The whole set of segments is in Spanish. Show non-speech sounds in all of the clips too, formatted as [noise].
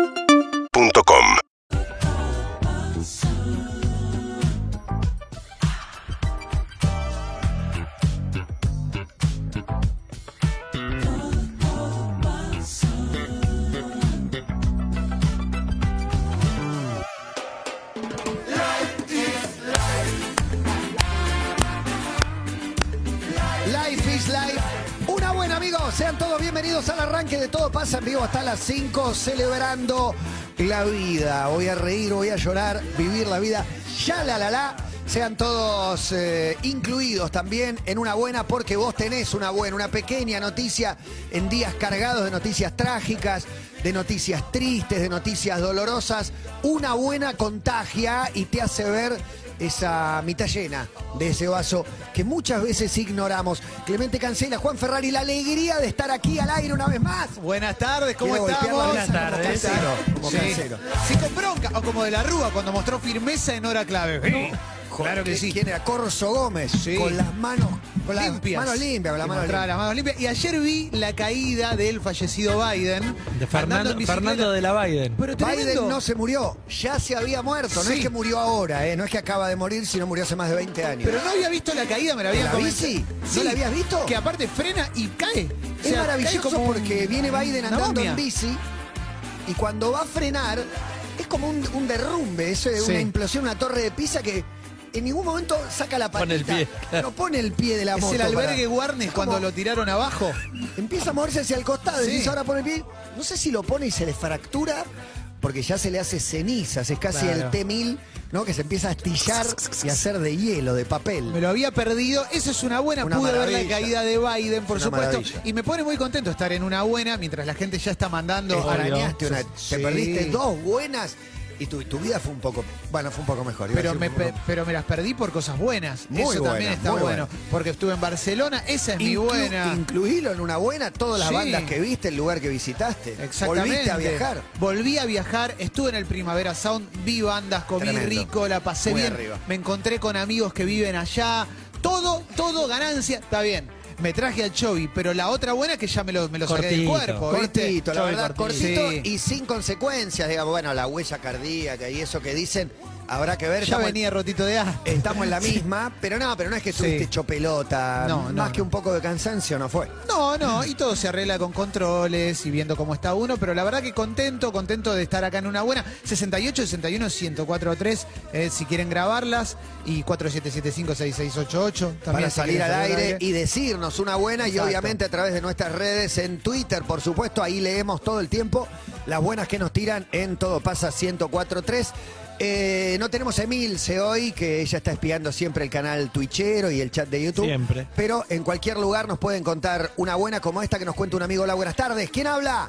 UrbanaPlayFM.com Life is Life. Una buena, amigos. Sean todos bienvenidos al arranque de Todo Pasa en Vivo hasta las 5, celebrando la vida. Voy a reír, voy a llorar, vivir la vida. Ya la la la. Sean todos eh, incluidos también en una buena, porque vos tenés una buena, una pequeña noticia en días cargados de noticias trágicas, de noticias tristes, de noticias dolorosas. Una buena contagia y te hace ver esa mitad llena de ese vaso que muchas veces ignoramos. Clemente Cancela, Juan Ferrari, la alegría de estar aquí al aire una vez más. Buenas tardes, ¿cómo Quiero golpear estamos? la mesa Buenas como tardes. Cancelo, como Sí. Cancelo. Sí, con bronca, o como de la Rúa cuando mostró firmeza en hora clave. Claro que ¿Qui- sí. ¿Quién era? Corso Gómez, Sí. con las manos con las Limpias. manos limpias, con las Que manos mostraba limpias. las manos limpias. Y ayer vi la caída del fallecido Biden. De andando Fernando, en bicicleta. Fernando de la Biden. Pero tremendo. Biden no se murió, ya se había muerto. No Sí. es que murió ahora, ¿eh? no es que acaba de morir, sino murió hace más de 20 años. Pero no había visto la caída, me la habían ¿La comentado. bici? ¿No la habías visto? Que aparte frena y cae. O es sea, cae maravilloso como porque viene Biden una andando momia. en bici y cuando va a frenar es como un, un derrumbe, es eh, Sí. una implosión, una torre de pisa que en ningún momento saca la patita. Pone el pie, claro. No pone el pie de la Es moto. el albergue para- Warnes es como- cuando lo tiraron abajo. Empieza a moverse hacia el costado y Sí. dice ahora pone el pie. No sé si lo pone y se le fractura porque ya se le hace cenizas, es casi Claro. el T-1000, ¿no? Que se empieza a astillar y a hacer de hielo, de papel. Me lo había perdido. Esa es una buena. Una Pude ver la maravilla. caída de Biden, por Una supuesto. maravilla. Y me pone muy contento estar en una buena mientras la gente ya está mandando. Obvio. arañaste una, Sí. te perdiste dos buenas y tu, tu vida fue un poco, bueno, fue un poco mejor. iba a Pero decir me, un poco- pero me las perdí por cosas buenas. Muy Eso también buena, está muy bueno. buena. Porque estuve en Barcelona. Esa es mi Inclu- buena. Incluílo en una buena, todas las Sí. bandas que viste, el lugar que visitaste. Exactamente. Volviste a viajar. Volví a viajar, estuve en el Primavera Sound, vi bandas, comí Tremendo. rico, la pasé Muy bien. arriba. Me encontré con amigos que viven allá. Todo, todo ganancia. Está bien. Me traje al Chovy, pero la otra buena que ya me lo, me lo saqué del Cortito. cuerpo, ¿viste? Cortito, la Chovy verdad, cortito. cortito Sí. y sin consecuencias. Digamos, bueno, la huella cardíaca y eso que dicen, habrá que ver. Ya estamos- venía rotito de A. [laughs] Estamos en la misma, pero no, pero no es que estuviste Sí. hecho pelota. No, no, más que no. un poco de cansancio no fue. No, no, y todo se arregla con controles y viendo cómo está uno, pero la verdad que contento, contento de estar acá en una buena. 68, 61, 1043, eh, si quieren grabarlas, y 4775-6688. también Para si salir quieren al aire, y decirnos una buena Exacto. y obviamente a través de nuestras redes en Twitter, por supuesto, ahí leemos todo el tiempo las buenas que nos tiran en Todo Pasa 1043. Eh, no tenemos a Emilce hoy, que ella está espiando siempre el canal Twitchero y el chat de YouTube. Siempre. Pero en cualquier lugar nos pueden contar una buena como esta que nos cuenta un amigo. Hola, buenas tardes. ¿Quién habla?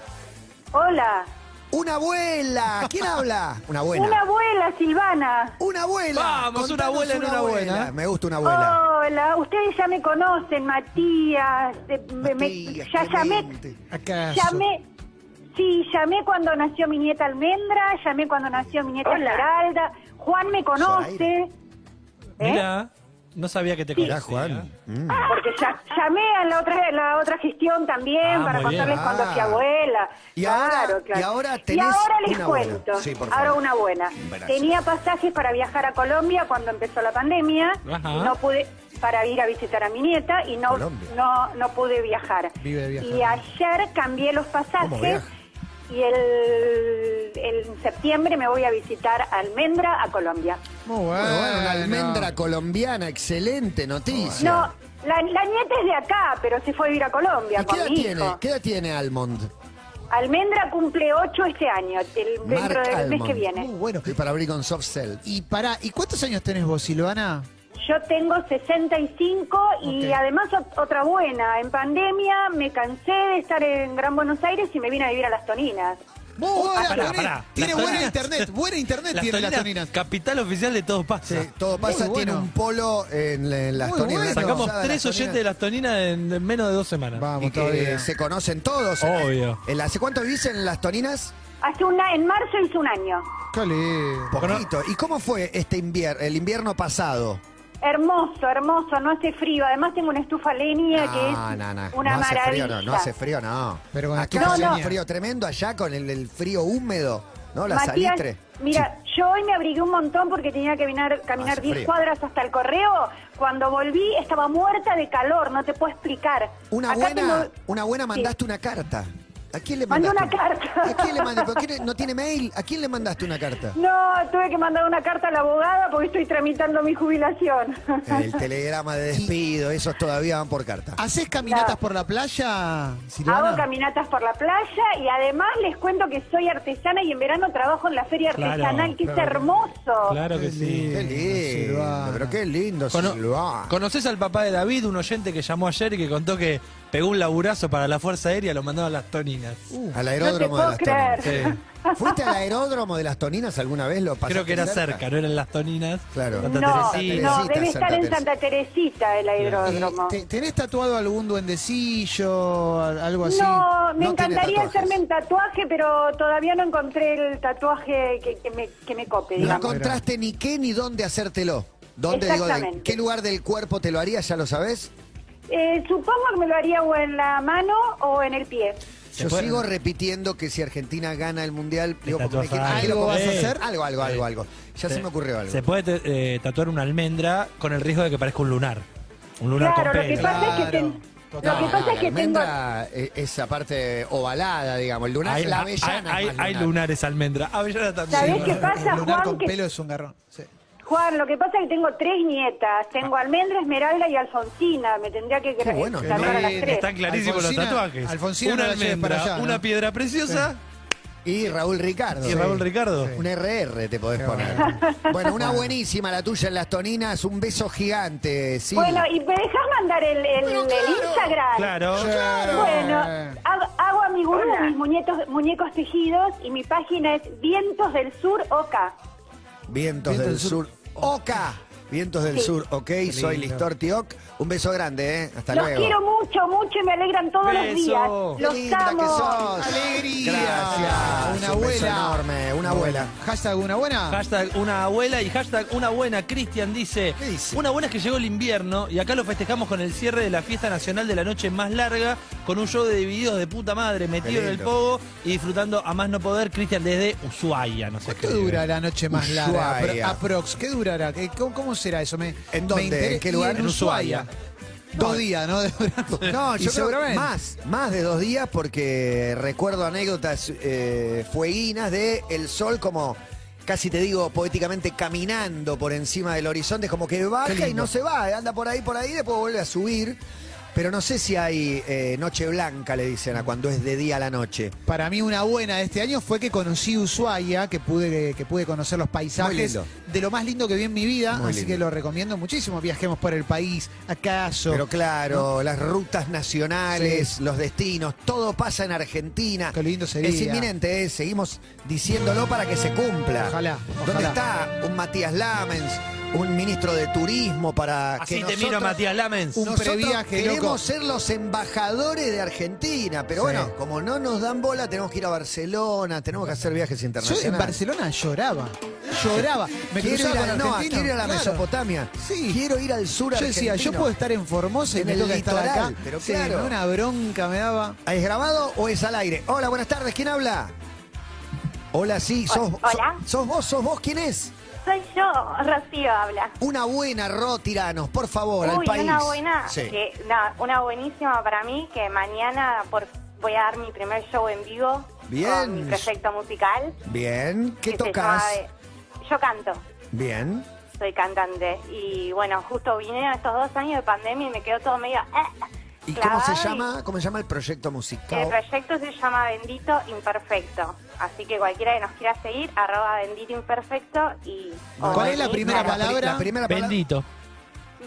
Hola, Una abuela. ¿Quién [laughs] habla? Una abuela. una abuela Silvana. Una abuela. Vamos, una Contanos abuela en una buena. Me gusta una abuela. Hola, ustedes ya me conocen, Matías. eh, me- me- Matías, ya Clemente. llamé, ¿Acaso? llamé, sí, llamé cuando nació mi nieta Almendra, llamé cuando nació mi nieta Esmeralda. Juan me conoce, ¿eh? Mirá, no sabía que te Mirá, conocía. Juan. Mm. porque ya, llamé a la otra, la otra gestión también Ah, para muy bien. contarles cuando Ah. fui abuela. Y claro, ahora- claro. y ahora Y tenés ahora les una buena. cuento. Sí, por favor. ahora una buena. Gracias. Tenía pasajes para viajar a Colombia cuando empezó la pandemia. Ajá. Y no pude para ir a visitar a mi nieta y no Colombia. no no pude viajar. Vive de viajar. Y ayer cambié los ¿Cómo pasajes. viaja? Y el, en septiembre me voy a visitar a Almendra a Colombia. Muy bueno. Bueno, bueno, una almendra colombiana, excelente noticia. No, la, la nieta es de acá, pero se fue a vivir a ¿Y Colombia qué con edad mi tiene? hijo. ¿Qué edad tiene Almond? Almendra cumple 8 este año, el- Mark dentro del mes Almond. que viene. Muy bueno. Y para abrir con soft cell. Y pará, ¿y cuántos años tenés vos, Ah, Silvana? Yo tengo 65 y Ok. además ot- otra buena. En pandemia me cansé de estar en Gran Buenos Aires y me vine a vivir a Las Toninas. Muy buena, Ah, pará, buena- pará. Tiene Las buena Toninas- internet, buena internet Las tiene las Toninas, toninas. capital oficial de todos pasa. Sí, todo pasa, Muy bueno. tiene un polo en, en las Muy toninas. bueno. una Sacamos posada tres las oyentes de toninas. las toninas en, en menos de dos semanas. Vamos. Y que todavía. se conocen todos. Obvio. El- ¿Hace cuánto vivís en las toninas? Hace una, en marzo hice un año. Cale. Poquito. ¿Y cómo fue este invierno, el invierno pasado? Hermoso, hermoso, no hace frío. Además tengo una estufa a leña que No, no, es no. una Ah, no hace maravilla. frío, no, no hace frío, no. Pero con Acá estufa hace No, un no. frío tremendo allá con el, el frío húmedo, ¿no? La Matías, salitre. Mira, yo hoy me abrigué un montón porque tenía que caminar, Hace caminar 10 frío. cuadras hasta el correo. Cuando volví estaba muerta de calor, no te puedo explicar. Una Acá buena, tengo- una buena Sí. mandaste una carta. ¿A quién le Mandé mandaste? una carta. ¿A quién le mandaste? ¿Por qué no tiene mail? ¿A quién le mandaste una carta? No, tuve que mandar una carta a la abogada porque estoy tramitando [laughs] mi jubilación. El telegrama de despido, esos todavía van por carta. ¿Haces caminatas por la playa, Hago Silvana? caminatas por la playa y además les cuento que soy artesana y en verano trabajo en la feria Claro, artesanal, que es claro. hermoso. Claro que sí. Qué lindo, Silvana. pero qué lindo, Silvana. ¿Conoces al papá de David, un oyente que llamó ayer y que contó que pegó un laburazo para la Fuerza Aérea, lo mandaron a las toninas? Uh, Al Uh, No te aeródromo de puedo las creer. Toninas. ¿Fuiste al aeródromo de las Toninas alguna vez? ¿Lo pasaste Creo que era cerca, no eran las toninas. Claro. Santa No, Teresina. no, debe Santa estar en Teresita. Santa Teresita el aeródromo. Eh, ¿te- ¿Tenés tatuado algún duendecillo, al- algo así? No, me no tiene encantaría tatuajes. hacerme un tatuaje, pero todavía no encontré el tatuaje que, que me, que me cope, No digamos. encontraste ni qué ni dónde hacértelo. ¿Dónde digo, de- Exactamente. qué lugar del cuerpo te lo harías? ¿Ya lo sabes? Eh, supongo que me lo haría o en la mano o en el pie. Se Yo pueden. sigo repitiendo que si Argentina gana el mundial, Te digo, porque me tatuas quiero- algo. quiero ¿Algo vas a eh, hacer? Algo, algo, algo, algo. Ya se me ocurrió algo. Eh, Se puede te- eh, tatuar una almendra con el riesgo de que parezca un lunar. Un lunar Claro, con lo que pelo. pasa es que Claro, ten- total. lo que pasa es la que tengo almendra, eh, esa parte ovalada, digamos. El lunar Hay, es la hay- avellana. hay- es más hay lunar. lunares almendra. Ah, Avellana también. ¿Sabés qué pasa, Un lunar Juan, con que- pelo es un garrón. sí. Juan, lo que pasa es que tengo tres nietas. Tengo Almendra, Esmeralda y Alfonsina. Me tendría que Ah. Qué bueno, tatuar a las qué tres. Están clarísimos los Alfonsina- tatuajes. Alfonsina una no la lleves almendra, para allá, ¿no? una piedra preciosa Y Raúl Ricardo. y Raúl Ricardo. Un RR te podés poner. Bueno, una buenísima la tuya en las toninas. Un beso gigante, sí. Bueno, y me dejas mandar el, el- Pero el claro. Instagram. Claro. Bueno, hago, hago a mi gurú mis muñecos, muñecos tejidos y mi página es Vientos del Sur Oca. Vientos, Vientos del del Sur, Sur, Oca. Vientos del Sí. Sur, ok. Soy Listor Tioc. Un beso grande, ¿eh? Hasta Los luego. quiero mucho, mucho y me alegran todos Beso. los días. Qué Los Qué linda amo. que sos. Alegría. Gracias. Una Ah, Un beso abuela. enorme, una abuela. ¿Hashtag una buena? Hashtag una abuela y hashtag una buena. Cristian dice, ¿Qué dice? una buena es que llegó el invierno y acá lo festejamos con el cierre de la fiesta nacional de la noche más larga, con un show de divididos de puta madre metido en el lindo. pogo y disfrutando a más no poder. Cristian desde Ushuaia, no sé ¿Cuánto qué. dura la noche más larga? Ushuaia. Pro- Aprox, ¿qué durará? ¿Qué- ¿Cómo, cómo será eso? Me, ¿En me dónde? interesa- ¿En qué y lugar? En Ushuaia. Dos días, ¿no? De durazo. No, [laughs] Y yo creo que seguramente- más, más de dos días porque recuerdo anécdotas eh, fueguinas de el sol como, casi te digo poéticamente, caminando por encima del horizonte, como que baja y no se va, eh, anda por ahí, por ahí, después vuelve a subir. Pero no sé si hay eh, noche blanca, le dicen, a cuando es de día a la noche. Para mí una buena de este año fue que conocí Ushuaia, que pude, que pude conocer los Muy paisajes lindo. de lo más lindo que vi en mi vida, Muy así lindo. que lo recomiendo muchísimo. Viajemos por el país, acaso. Pero claro, las rutas nacionales, los destinos, todo pasa en Argentina. Qué lindo sería. Es inminente, ¿eh? seguimos diciéndolo para que se cumpla. Ojalá, ¿Dónde ojalá. está un Matías Lamens, un ministro de turismo para Así que te nosotros- miro, Matías Lamens. Un nosotros previaje, queremos loco. ser los embajadores de Argentina, pero Sí. bueno, como no nos dan bola, tenemos que ir a Barcelona, tenemos que hacer viajes Yo internacionales. en Barcelona lloraba, lloraba. Me quiero cruzaba ir, con a, no, argentinos, quiero ir a la claro. Mesopotamia. Sí. Quiero ir al sur Yo decía, yo argentino. puedo estar en Formosa y En me el toca estar litoral, acá. pero Sí, claro. una bronca me daba. ¿Es grabado o es al aire? Hola, buenas tardes, ¿quién habla? Hola, sí, sos, Ho- hola. sos, sos vos, sos vos, ¿quién es? Soy yo, Rocío habla. Una buena, Ro Tiranos, por favor, al Uy, país. una buena, Sí. que- na- una buenísima para mí, que mañana por, voy a dar mi primer show en vivo Bien. con mi proyecto musical. Bien, ¿qué que se tocas? llama, eh, yo canto, Bien. soy cantante. Y bueno, justo vine a estos dos años de pandemia y me quedó todo medio... eh, ¿Y cómo se clavado y- llama? ¿Cómo se llama el proyecto El musical? proyecto se llama Bendito Imperfecto. Así que cualquiera que nos quiera seguir, arroba Bendito Imperfecto y... o ¿Cuál es la venir primera a- pri- palabra? Ah, La primera palabra. Bendito.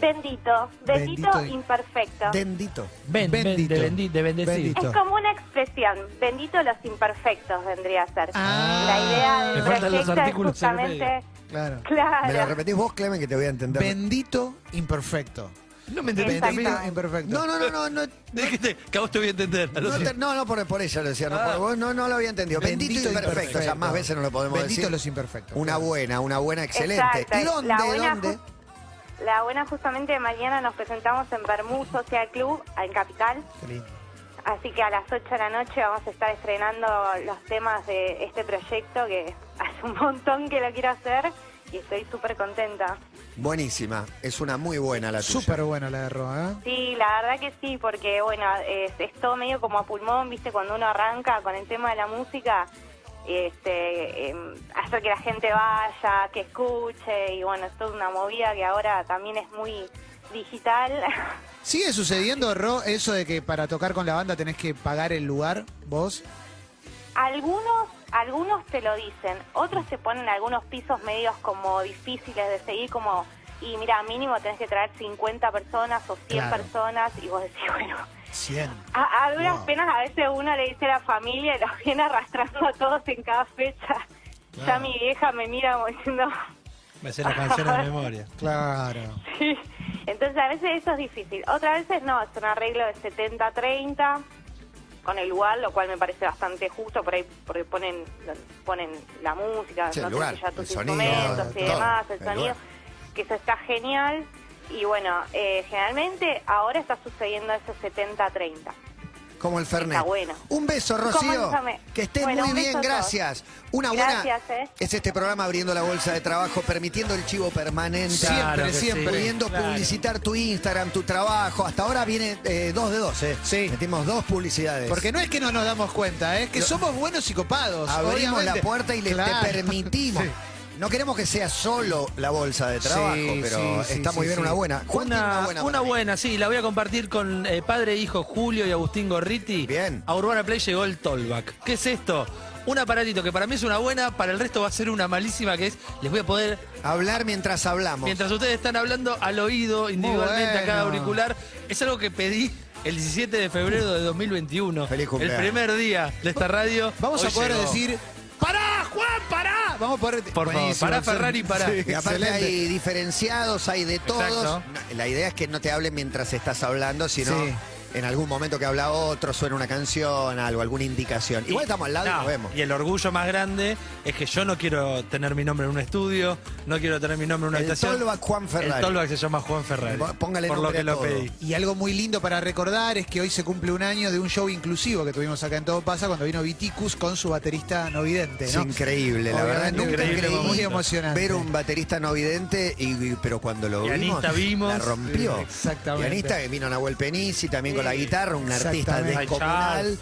Bendito, Bendito, Bendito y- Imperfecto. Bendito. Ben- ben- Bendito. de, bendi- de bendecir. Bendito. Es como una expresión, bendito los imperfectos vendría a ser. Ah. la idea Me del faltan los proyecto es artículos en el medio. justamente, Claro. Me lo claro, repetís vos, Clemen, que te voy a entender. Bendito imperfecto. No me Exacto. entendés. Bendito imperfecto. no, no, no, no, no. [laughs] Dijiste que a vos te voy a entender. a los No, te- no, no, por, por ella lo decía, Ah. no, por vos, no, no lo había entendido. Bendito, y perfecto. O sea, más veces no lo podemos Bendito decir. los imperfectos. Una Claro. buena, una buena, excelente. Exacto, ¿Y es dónde, la buena dónde? ju- La buena justamente mañana nos presentamos en Bermú Social Club, en Capital. Qué lindo. Así que a las 8 de la noche vamos a estar estrenando los temas de este proyecto que [laughs] hace un montón que lo quiero hacer y estoy súper contenta. Buenísima. Es una muy buena la tuya. Súper buena la de Roa, ¿eh? Sí, la verdad que sí, porque bueno, es, es todo medio como a pulmón, viste, cuando uno arranca con el tema de la música, este, em, hacer que la gente vaya, que escuche, y bueno, es toda una movida que ahora también es muy digital. [laughs] ¿Sigue sucediendo, Ro, eso de que para tocar con la banda tenés que pagar el lugar, vos? Algunos, algunos te lo dicen, otros se ponen algunos pisos medios como difíciles de seguir, como, y mira, mínimo tenés que traer 50 personas o 100 Claro. personas, y vos decís, [laughs] bueno, 100. a, a duras Wow. penas a veces uno le dice a la [laughs] familia y los viene arrastrando a todos en cada fecha. Ya mi vieja me mira como diciendo, [laughs] Me sé la canción de memoria. Claro. sí. Entonces a veces eso es difícil, otras veces no, es un arreglo de 70-30 con el lugar, lo cual me parece bastante justo, por ahí porque ponen ponen la música, Sí, el no sé lugar, si ya tus el sonido, instrumentos y todo, demás, el, el sonido, lugar. que eso está genial. Y bueno, eh, generalmente ahora está sucediendo ese 70-30. Como el Fernet. Está bueno. Un beso, Como Rocío. el Fernet. Que estés Bueno, muy un beso bien, a todos. gracias. Una buena. Gracias, eh. Es este programa abriendo la bolsa de trabajo, permitiendo el chivo permanente. Siempre, Claro que siempre. sí. Pudiendo Claro. publicitar tu Instagram, tu trabajo. Hasta ahora viene eh, dos de dos, ¿eh? Sí. Metimos dos publicidades. Porque no es que no nos damos cuenta, ¿eh? es que somos buenos y copados. abrimos obviamente. la puerta y le Claro. te permitimos. [laughs] Sí. No queremos que sea solo la bolsa de Sí, trabajo, sí, pero sí, está sí, muy bien sí. una buena. Juan tiene Una, buena. una para mí. buena, sí, la voy a compartir con eh, padre e hijo Julio y Agustín Gorriti. Bien. A Urbana Play llegó el Tollback. ¿Qué es esto? Un aparatito que para mí es una buena, para el resto va a ser una malísima, que es, les voy a poder, Hablar mientras hablamos. mientras ustedes están hablando al oído, individualmente a cada bueno. auricular, es algo que pedí el 17 de febrero de 2021. Feliz cumpleaños. El primer día de esta radio. Vamos Hoy a poder llegó. decir, ¡Pará, Juan, pará! Ah, Vamos a poder... Por favor, Buenísimo, pará, excelente. Ferrari, pará. Sí, Y aparte excelente. hay diferenciados, hay de todos. Exacto. No, La idea es que no te hablen mientras estás hablando, sino Sí. en algún momento que habla otro, suena una canción, algo, alguna indicación. Igual estamos al lado y No, nos vemos. Y el orgullo más grande es que yo no quiero tener mi nombre en un estudio, no quiero tener mi nombre en una El estación. Tolbach Juan Ferrari. El Tolbach se llama Juan Ferrari. P- póngale Por lo nombre que a lo todo. pedí. Y algo muy lindo para recordar es que hoy se cumple un año de un show inclusivo que tuvimos acá en Todo Pasa cuando vino Viticus con su baterista no vidente, Es ¿no? increíble, la verdad. Obviamente, Nunca increíble creí momento. Muy emocionante. Ver un baterista no vidente, y, y- pero cuando lo vimos, Pianista vimos. la rompió. Exactamente. Pianista que vino Nahuel Penisi también con la guitarra, un artista Exactamente. descomunal. Charles.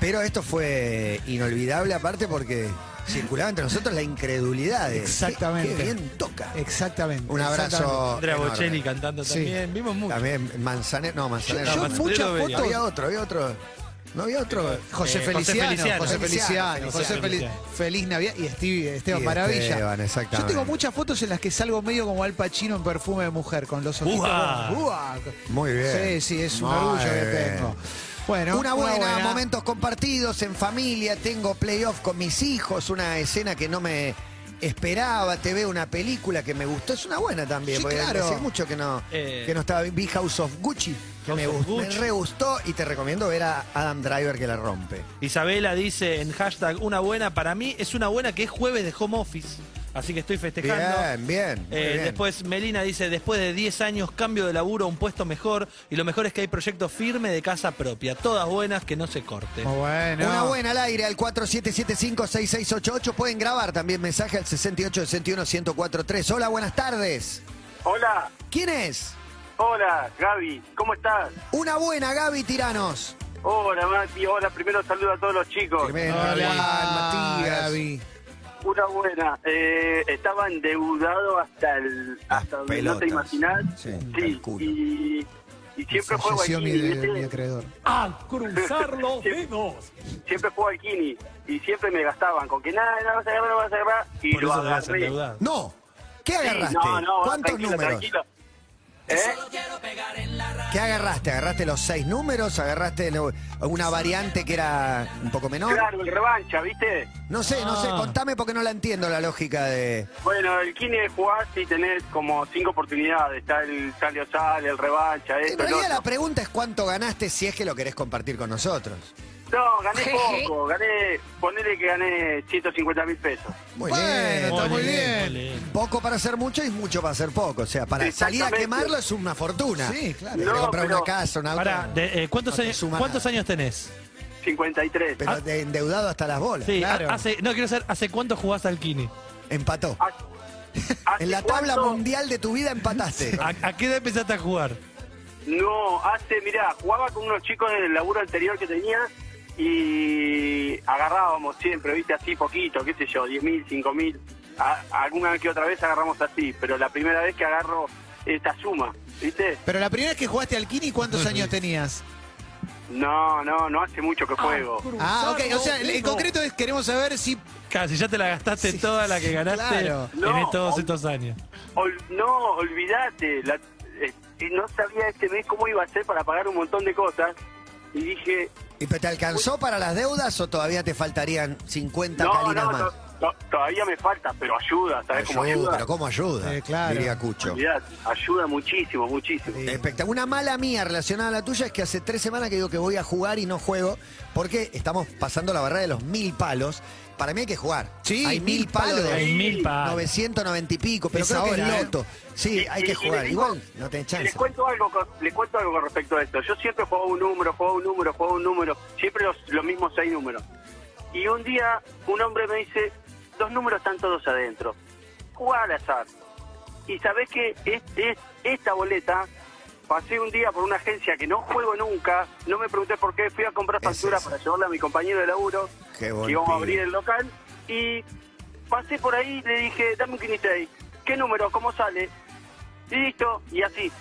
Pero esto fue inolvidable, aparte porque circulaba entre nosotros la incredulidad. de, "Qué- Exactamente. Qué bien toca. Exactamente. Un abrazo. Andrea enorme. Bocelli cantando Sí. también. Vimos mucho. También Manzanero. No, Manzanero. Yo- no, yo Manzanero muchas no fotos- Había otro, había otro. No había otro. José, Eh, José Feliciano, Feliciano. José Feliciano, Feliciano, José Feliz, Feliciano. Feliz Navidad y Steve, Esteban Y Maravilla. Esteban, exactamente. Yo tengo muchas fotos en las que salgo medio como Al Pacino en perfume de mujer, con los ojitos. ¡Uah! como, ¡Uah! Muy Sí, bien. sí, es un Muy orgullo que bien. tengo. Bueno, Una buena, momentos compartidos en familia, tengo playoff con mis hijos, una escena que no me esperaba, te veo una película que me gustó, es una buena también, Sí, porque claro. hacía mucho que no, Eh. que no estaba, vi House of Gucci, que House me, of gustó, me Gucci. re gustó y te recomiendo ver a Adam Driver que la rompe. Isabela dice en hashtag una buena. Para mí es una buena que es jueves de home office. Así que estoy festejando. Bien, bien, muy Eh, bien. Después Melina dice, después de 10 años cambio de laburo a un puesto mejor y lo mejor es que hay proyecto firme de casa propia, todas buenas que no se corten. Muy bueno. Una buena al aire al 4775-6688. Pueden grabar también mensaje al 6861-1043. Hola, buenas tardes. Hola, ¿Quién es? hola Gaby, ¿cómo estás? Una buena, Gaby Tiranos. Hola Mati, hola, primero saludo a todos los chicos. Tremendo, Juan Hola, Matías. Ah, Gaby. Una buena, eh, estaba endeudado hasta el Las hasta donde no pelotas. te imaginás. Sí, calculo. y, y este siempre juego al Falleció mi, Kini, ¿viste? mi acreedor. [laughs] siempre juego al Kini y siempre me gastaban con que nada, no vas a agarrar, no vas a agarrar y Por lo eso te vas a agarré. endeudar. No. ¿Qué Sí, agarraste? no, no, ¿Cuántos tranquilo, números? tranquilo. ¿Eh? ¿Qué agarraste? ¿Agarraste los seis números? ¿Agarraste lo- una variante que era un poco menor? Claro, el revancha, ¿viste? No sé, no sé. Ah. Contame porque no la entiendo la lógica de... Bueno, el Kini jugás y tenés como cinco oportunidades. Está el sale o sale, el revancha, En esto, el realidad otro. la pregunta es cuánto ganaste si es que lo querés compartir con nosotros. No, gané poco, gané, ponele que gané 150 mil pesos. Muy Bueno, bien. está muy Ole, bien. ole. Poco para hacer mucho y mucho para hacer poco. O sea, para salir a Exactamente. quemarlo es una fortuna. Sí, claro. Tenés que No, comprar pero- una casa, un auto. Pará, de- eh, ¿cuántos, No te años, suma ¿cuántos nada. años tenés? 53. Ah. Pero de- endeudado hasta las bolas. Sí, Claro. ha- hace, no quiero saber, ¿hace cuánto jugás al Kini? Empató. ¿Hace- Ah, hace [laughs] En la tabla cuánto? mundial de tu vida empataste. ¿A, a qué edad empezaste a jugar? No, hace, mirá, jugaba con unos chicos en el laburo anterior que tenía y agarrábamos siempre, viste, así poquito, qué sé yo, 10 mil, 5 mil. Alguna vez que otra vez agarramos así, pero la primera vez que agarro esta suma, viste. Pero la primera vez que jugaste al Kini, ¿cuántos años tenías? No, no, no hace mucho que juego. Ah, ok. O sea, en concreto es, queremos saber si. Casi ya te la gastaste Sí, toda la que ganaste claro. en No, todos ob- estos años. Ol- no, olvídate. la- eh, eh, no sabía este mes cómo iba a ser para pagar un montón de cosas. Y dije, ¿Y pero te alcanzó para las deudas o todavía te faltarían 50 no, calinas no, más? to- to- todavía me falta, pero ayuda, ¿sabes cómo Ayuda, ayuda? Pero ¿cómo ayuda? Eh, claro. Diría Cucho. Olvidate, ayuda muchísimo, muchísimo. Espectac- Una mala mía relacionada a la tuya es que hace tres semanas que digo que voy a jugar y no juego porque estamos pasando la barrera de los mil palos. Para mí hay que jugar. Sí, hay mil mil palos. palos. de Hay mil palos. 990 y pico, pero Es creo que ahora, es ¿eh? loto. Sí, Y- hay y- que y jugar. les digo- Igual no tenés chance. Les cuento algo, con, les cuento algo con respecto a esto. Yo siempre juego un número, juego un número, juego un número, siempre los, los mismos seis números. Y un día un hombre me dice, dos números están todos adentro. Jugá al azar. Y sabés que es, es- esta boleta, pasé un día por una agencia que no juego nunca, no me pregunté por qué, fui a comprar Es factura esa. para llevarla a mi compañero de laburo, Qué que buen íbamos a pibe. abrir el local, y pasé por ahí y le dije, dame un 500 ahí. ¿Qué número? ¿Cómo sale? Y listo, y así.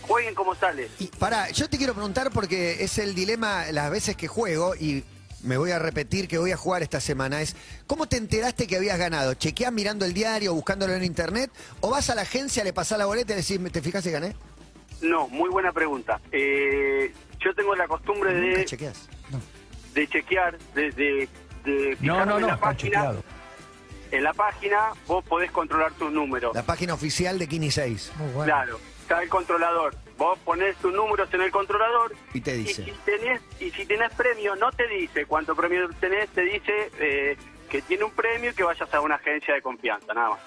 Jueguen como sale. Y pará, yo te quiero preguntar porque es el dilema las veces que juego y me voy a repetir que voy a jugar esta semana. Es ¿cómo te enteraste que habías ganado? ¿Chequeás mirando el diario, buscándolo en internet? ¿O vas a la agencia, le pasás la boleta y le decís, ¿te fijas si gané? No, muy buena pregunta. Eh, yo tengo la costumbre Nunca de, chequeás. de chequear, de, de, de No, fijarme no, en no, la está página. chequeado. En la página vos podés controlar tus números. La página oficial de Kini 6. Muy bueno. Claro, está el controlador. Vos ponés tus números en el controlador Y te dice. Y si tenés, y si tenés premio, no te dice cuánto premio tenés, te dice eh, que tiene un premio y que vayas a una agencia de confianza, nada más.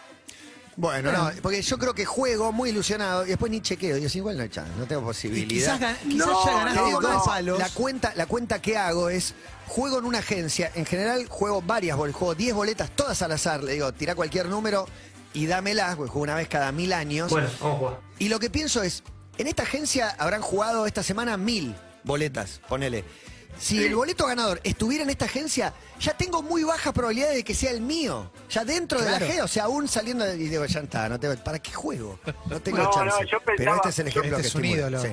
Bueno, no, porque yo creo que juego muy ilusionado y después ni chequeo. Yo igual no hay chance, no tengo Y posibilidad. quizás gan- quizás No, ya Te ganaste digo, dos no, palos. La cuenta, la cuenta que hago es, juego en una agencia, en general juego varias boletas, juego 10 boletas, todas al azar, le digo, tirá cualquier número y dámelas, porque juego una vez cada mil años. vamos a jugar. Y lo que pienso es, en esta agencia habrán jugado esta semana mil boletas, ponele. Si Sí. el boleto ganador estuviera en esta agencia, ya tengo muy bajas probabilidades de que sea el mío. Ya dentro de la Claro. G, o sea, aún saliendo de, y digo, ya está, no tengo, ¿para qué juego? No tengo No, chance. no, yo Pero pensaba- este es el ejemplo Este que es un estimula, ídolo. sí.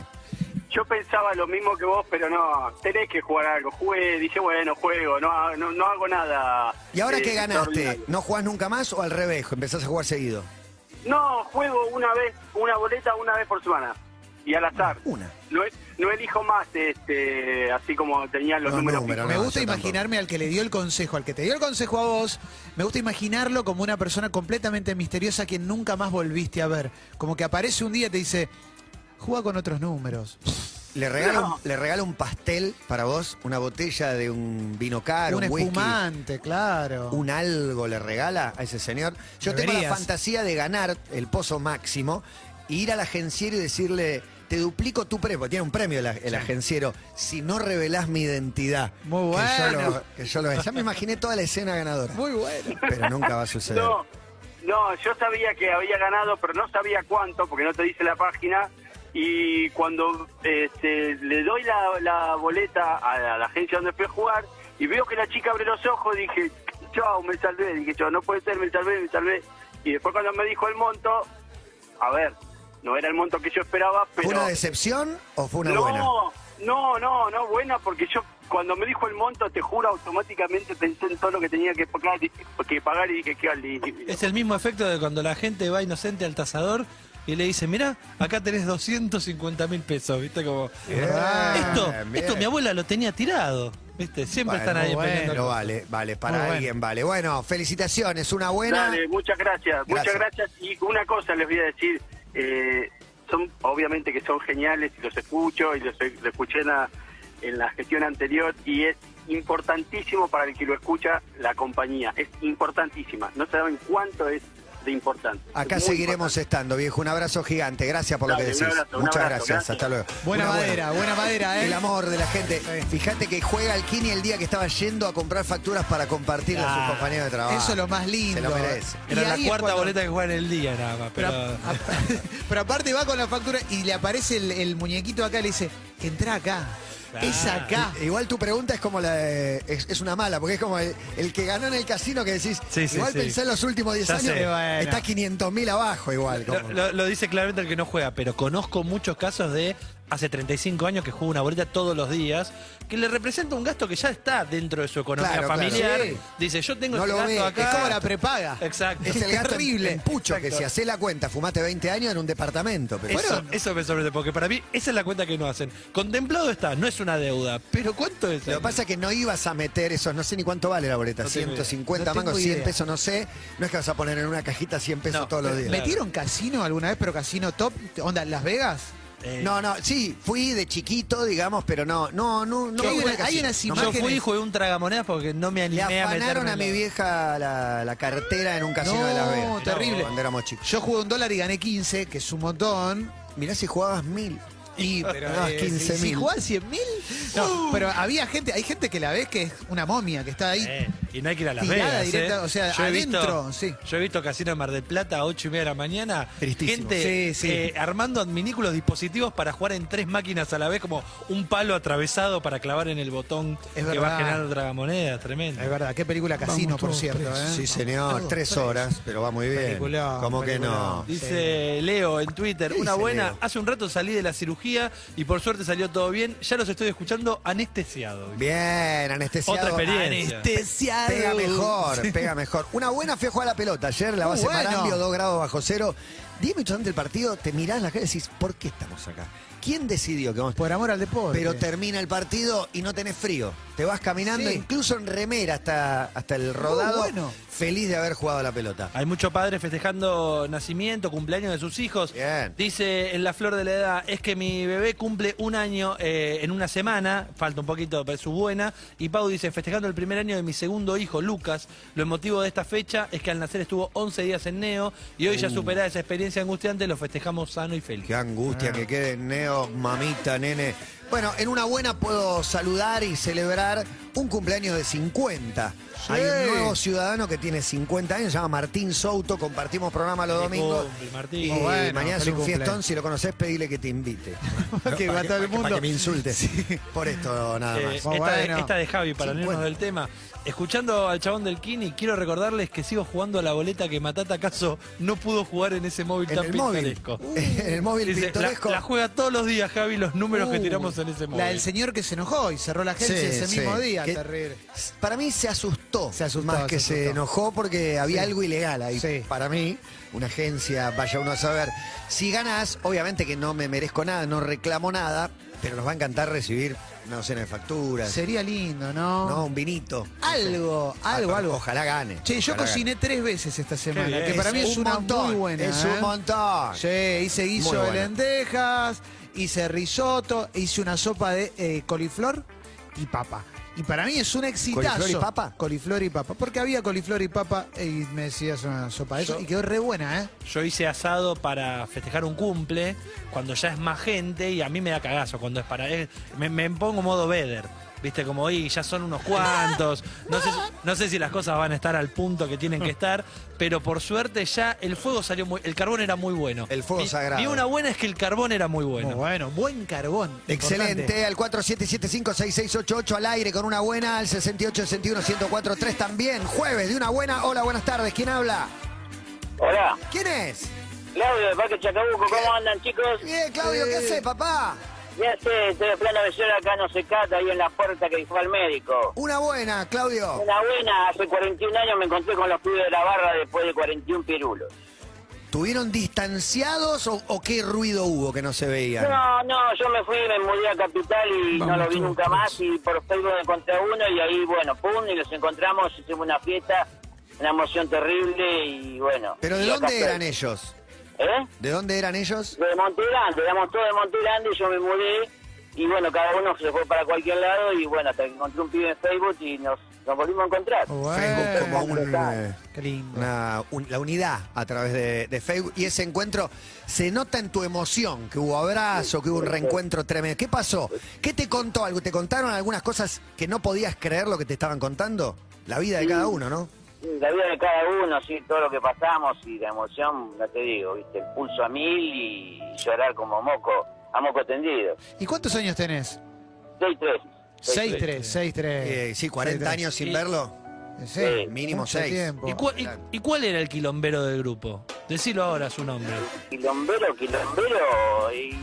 Yo pensaba lo mismo que vos, pero no, tenés que jugar algo. Jugué, dije, bueno, juego, no, ha- no, no hago nada. ¿Y ahora eh, que ganaste? extraordinario. ¿No jugás nunca más o al revés? ¿Empezás a jugar seguido? No, juego una vez, una boleta una vez por semana. Y al azar. Una. No, es- no elijo más, este, así como tenían los Los números. números, fijos. me no, gusta yo tampoco. imaginarme al que le dio el consejo, al que te dio el consejo a vos, me gusta imaginarlo como una persona completamente misteriosa a quien nunca más volviste a ver. Como que aparece un día y te dice, juega con otros números. [laughs] Le regalo, No. le regalo un pastel para vos, una botella de un vino caro, un, un whisky, espumante, claro. un algo le regala a ese señor. Yo tengo la Deberías. fantasía de ganar el pozo máximo e ir al agenciero y decirle, te duplico tu premio, porque tiene un premio el, a- el agenciero, si no revelás mi identidad. Muy Que yo bueno. lo- que yo lo- ya me imaginé toda la escena ganadora. Muy bueno. Pero nunca va a suceder. No, no, yo sabía que había ganado, pero no sabía cuánto, porque no te dice la página. Y cuando este, le doy la, la boleta a la, a la agencia donde fui a jugar, y veo que la chica abre los ojos, dije, chao, me salvé. Dije, chao, no puede ser, me salvé, me salvé. Y después cuando me dijo el monto, a ver, no era el monto que yo esperaba, pero... ¿Fue una decepción o fue una no, buena? no, no, no, buena, porque yo cuando me dijo el monto, te juro, automáticamente pensé en todo lo que tenía que pagar, y- que pagar y dije, qué alivio. Es el mismo efecto de cuando la gente va inocente al tasador y le dice, mirá, acá tenés 250 mil pesos, ¿viste? Como, Bien, esto, bien. esto mi abuela lo tenía tirado, Eh, ¿viste? Siempre Bueno, están ahí bueno. peleando. Pero vale, vale, para Muy bueno. alguien vale. Bueno, felicitaciones, una buena. Dale, muchas gracias, muchas gracias. Y una cosa les voy a decir, eh, son obviamente que son geniales y los escucho y los, los escuché en la, en la gestión anterior y es importantísimo para el que lo escucha la compañía. Es importantísima. No saben cuánto es de importante. Acá Es muy seguiremos estando, viejo. Un abrazo gigante. Gracias por lo Dale, que un decís. abrazo, un Muchas abrazo, gracias. gracias. Hasta luego. Buena Una madera, buena madera, ¿eh? El amor de la gente. Sí. Fíjate que juega al Kini el día que estaba yendo a comprar facturas para compartirle a Ah, sus compañeros de trabajo. Eso es lo más lindo. Se lo merece. Y Era la ahí es cuarta cuando- boleta que juega en el día nada más. Pero, ah, Pero, a- pero aparte va con la factura y le aparece el, el muñequito acá y le dice, entra acá. Claro. Es acá. Igual tu pregunta es como la de- es, es una mala, porque es como el, el que ganó en el casino que decís, Sí, sí, igual sí. pensé en los últimos 10 Ya años, sé, bueno. está 500 mil abajo igual. lo, [laughs] como- lo- lo dice claramente el que no juega, pero conozco muchos casos de hace 35 años que juega una boleta todos los días, que le representa un gasto que ya está dentro de su economía Claro, claro. familiar. Sí. Dice, yo tengo No este lo gasto ve, acá. es Es como la prepaga. Exacto. es el gato en- terrible. en pucho, que Exacto. si hacés la cuenta, fumaste 20 años en un departamento. Pero Eso, eso me sorprende, porque para mí esa es la cuenta que no hacen. Contemplado está, no es una deuda, pero ¿cuánto es? Lo que pasa es que no ibas a meter esos, no sé ni cuánto vale la boleta, No tengo idea. 150 No tengo mangos, 100 idea. eh, pesos, no sé. No es que vas a poner en una cajita 100 pesos No, todos los días. ¿Metieron casino alguna vez, pero casino top? ¿Onda, Las Vegas? Eh, No, no, sí, fui de chiquito, digamos, pero no, no, no, no. Hay jugué una- al hay casino. unas yo imágenes- fui y jugué un tragamonedas porque no me Le animé a afanaron meterme. a en mi la- vieja la, la cartera en un casino No, de Las Vegas. terrible. Cuando éramos chicos. Yo jugué un dólar y gané 15, que es un montón. Mirá si jugabas mil. Y, [laughs] pero, Ganabas eh, 15.000. si, si jugás 100 mil. uh. No, pero había gente, hay gente que la ves que es una momia, que está ahí. Eh, y no hay que ir a Las Tirada Vegas. directa, eh. o sea, he adentro, visto- sí. Yo he visto Casino de Mar del Plata a 8 y media de la mañana. Tristísimo. Gente Sí, sí. eh, armando adminículos, dispositivos para jugar en tres máquinas a la vez, como un palo atravesado para clavar en el botón Es que va verdad. generando tragamonedas. Tremendo. Es verdad, qué película casino, por cierto. ¿eh? Sí, señor, Todos tres presos. horas, pero va muy bien. Peliculón, ¿Cómo que no? peliculón. Dice Leo en Twitter, ¿Qué una dice buena, Leo? hace un rato salí de la cirugía y por suerte salió todo bien, ya los estoy escuchando anestesiado. Bien, anestesiado. Otra experiencia. Anestesiado. Pega mejor, pega mejor. Una buena fue a jugar a la pelota. Ayer la Muy base Uh, bueno. Marambio, 2 grados bajo cero. 10 minutos antes del partido, te mirás en la cara y decís, ¿por qué estamos acá? ¿Quién decidió que vamos? Por amor al deporte. Pero termina el partido y no tenés frío. Te vas caminando, Sí. Uh, incluso en remera hasta, hasta el rodado. bueno. Feliz de haber jugado a la pelota. Hay muchos padres festejando nacimiento, cumpleaños de sus hijos. Bien. Dice en la flor de la edad, es que mi bebé cumple un año eh, en una semana, falta un poquito, pero su buena. Y Pau dice, festejando el primer año de mi segundo hijo, Lucas, lo emotivo de esta fecha es que al nacer estuvo 11 días en Neo y hoy ya superada esa experiencia angustiante, lo festejamos sano y feliz. Uh. Qué angustia que quede Neo, mamita, nene. Bueno, en una buena puedo saludar y celebrar un cumpleaños de 50. Sí. Hay un nuevo ciudadano que tiene 50 años, se llama Martín Souto, compartimos programa los Que domingos. cumple, Martín. Y Muy Oh, bueno, mañana es un feliz cumpleaños. fiestón, si lo conoces, pedile que [laughs] te invite. Que va Para todo el para Para mundo. que me insultes. Por esto nada Eh, más. esta, Bueno. de, esta de Javi, para no irnos 50. del tema. Escuchando al chabón del Kini, quiero recordarles que sigo jugando a la boleta que Matata acaso no pudo jugar en ese móvil En tan el móvil. pintoresco. [laughs] En el móvil Dice, la, pintoresco. la juega todos los días, Javi, los números que Uh, tiramos en ese móvil. La del señor que se enojó y cerró la agencia Sí, ese sí. mismo día. Que- terrible. Para mí se asustó, Se asustó, más que se se asustó. enojó porque había Sí. algo ilegal ahí. Sí. Para mí, una agencia, vaya uno a saber. Si ganas, obviamente que no me merezco nada, no reclamo nada, pero nos va a encantar recibir una docena de facturas, Sería lindo, ¿no? ¿no? Un vinito. Algo, algo, Ah, algo. Ojalá gane. Che, yo ojalá cociné tres veces esta semana, bien. que para mí es, un una montón, muy buena. es ¿eh? un montón. Sí, hice guiso Muy de buena. lentejas, hice risotto, hice una sopa de eh, coliflor y papa. Y para mí es un exitazo. ¿Coliflor y papa? Coliflor y papa. Porque había coliflor y papa y me decías una sopa de eso Yo- y quedó re buena, ¿eh? Yo hice asado para festejar un cumple, cuando ya es más gente, y a mí me da cagazo cuando es para... es- me, me pongo modo veder. Viste, como, y ya son unos cuantos. No sé, no sé si las cosas van a estar al punto que tienen que estar, pero por suerte ya el fuego salió muy. El carbón era muy bueno. El fuego Y- sagrado. Y una buena es que el carbón era muy bueno. Muy bueno, buen carbón. importante. Excelente, al 47756688 al aire con una buena, al 6861-1043 también, jueves de una buena. Hola, buenas tardes, ¿quién habla? Hola, ¿Quién es? Claudio de Parque Chacabuco, ¿cómo andan chicos? Bien, Claudio, Eh. ¿qué haces, papá? Ya sé, estoy de plano de acá no se cata, ahí en la puerta que dijo al médico. Una buena, Claudio. Una buena, hace 41 años me encontré con los pibes de la barra después de 41 pirulos. ¿Tuvieron distanciados o, o qué ruido hubo que no se veía? No, no, yo me fui, me mudé a Capital y Vamos no los vi todos. nunca más y por Facebook encontré a uno y ahí, bueno, pum, y los encontramos, hicimos una fiesta, una emoción terrible y bueno. ¿Pero de y acá dónde estoy. eran ellos? ¿Eh? ¿De dónde eran ellos? De Monte Grande, éramos todos de Monte Grande, yo me mudé Y bueno, cada uno se fue para cualquier lado y bueno, hasta que encontré un pibe en Facebook y nos, nos volvimos a encontrar. Oh, Facebook Bueno, como un, eh, Qué lindo. una un- la unidad a través de, de Facebook. Y ese encuentro se nota en tu emoción, que hubo abrazo, que hubo un reencuentro tremendo. ¿Qué pasó? ¿Qué te contó algo? ¿Te contaron algunas cosas que no podías creer lo que te estaban contando? La vida de cada uno, ¿no? La vida de cada uno, sí, todo lo que pasamos y la emoción, no te digo, viste, el pulso a mil y llorar como moco, a moco tendido. ¿Y cuántos años tenés? 6-3. 6-3, 6-3. Eh, sí, 40 años sin Y- verlo. Sí, mínimo mucho seis. tiempo. ¿Y, cua- y- y cuál era el quilombero del grupo? Decilo ahora su nombre. Quilombero, quilombero y...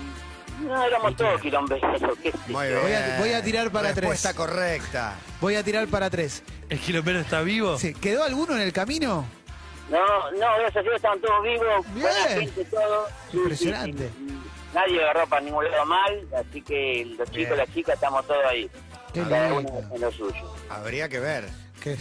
No, éramos todos quilomberos, [laughs] qué sé Muy yo. Voy a- bien. voy a tirar para tres. Respuesta correcta. Voy a tirar para tres. ¿El quilombero está vivo? Sí, ¿Quedó alguno en el camino? No, no, gracias a Dios estaban todos vivos, Bien. buena gente, todo. Sí, sí, Impresionante. sí, sí. Nadie agarró para ningún lado mal, así que los chicos, las chicas, estamos todos ahí. Qué cada uno lindo. en lo suyo. Habría que ver. Qué-